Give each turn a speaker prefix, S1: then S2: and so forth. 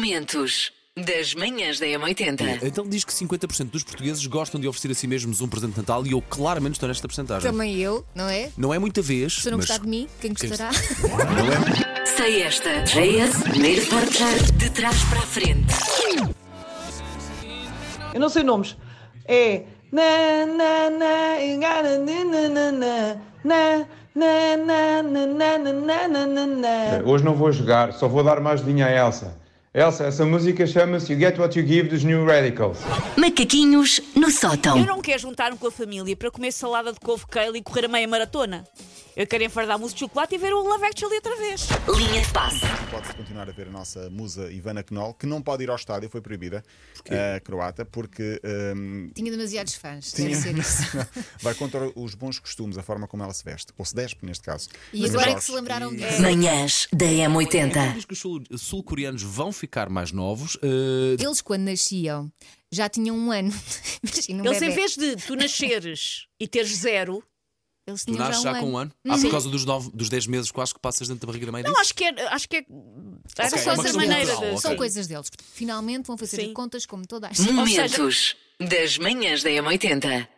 S1: Momentos das manhãs da M80.
S2: Então diz que 50% dos portugueses gostam de oferecer a si mesmos um presente de Natal e eu claramente estou nesta porcentagem.
S3: Também eu, não é?
S2: Não é muita vez,
S3: Se não
S2: mas
S3: gostar de mim, quem gostará?
S2: não é
S1: Sei esta. JS, primeiro portar de trás para a frente.
S4: Eu não sei nomes. É. Na, na, na, engana, na, na, na, na, na, na, na, na, na, na, na, na, na.
S5: Hoje não vou jogar, só vou dar mais dinheiro à Elsa. Elsa, essa música chama-se You Get What You Give dos New Radicals.
S1: Macaquinhos no sótão.
S6: Eu não quero juntar-me com a família para comer salada de couve kale e correr a meia maratona. Eu quero enfardar mousse de chocolate e ver o Love Actually outra vez.
S1: Linha de passe.
S7: pode-se continuar a ver a nossa musa Ivana Knoll, que não pode ir ao estádio, foi proibida, a croata, porque hum,
S3: Tinha demasiados fãs, deve ser isso.
S7: vai contra os bons costumes, a forma como ela se veste, ou se despe neste caso.
S3: E
S7: Nos
S3: agora é que
S7: jogos.
S3: se lembraram
S7: E-
S3: disso.
S1: Manhãs da
S2: Então
S1: M80.
S2: diz que os sul- sul-coreanos vão ficar mais novos. eh,
S3: Eles, quando nasciam, já tinham um ano. Imagina um
S6: Eles, em
S3: bebê.
S6: vez de tu nasceres e teres zero,
S3: Eles
S2: tu
S3: tinham
S2: nasces já com um ano? Ah, por causa dos, nove, dos 10 meses quase que passas dentro da barriga da mãe
S6: não
S2: disso?
S6: acho que é. Acho que é. Era
S2: Ok,
S6: só
S2: é uma
S6: outra
S2: questão
S6: maneira
S2: cultural,
S6: de.
S2: ok. Um
S3: São coisas deles. Finalmente vão fazer
S6: Sim.
S3: contas como toda a gente.
S1: Momentos das manhãs da M80.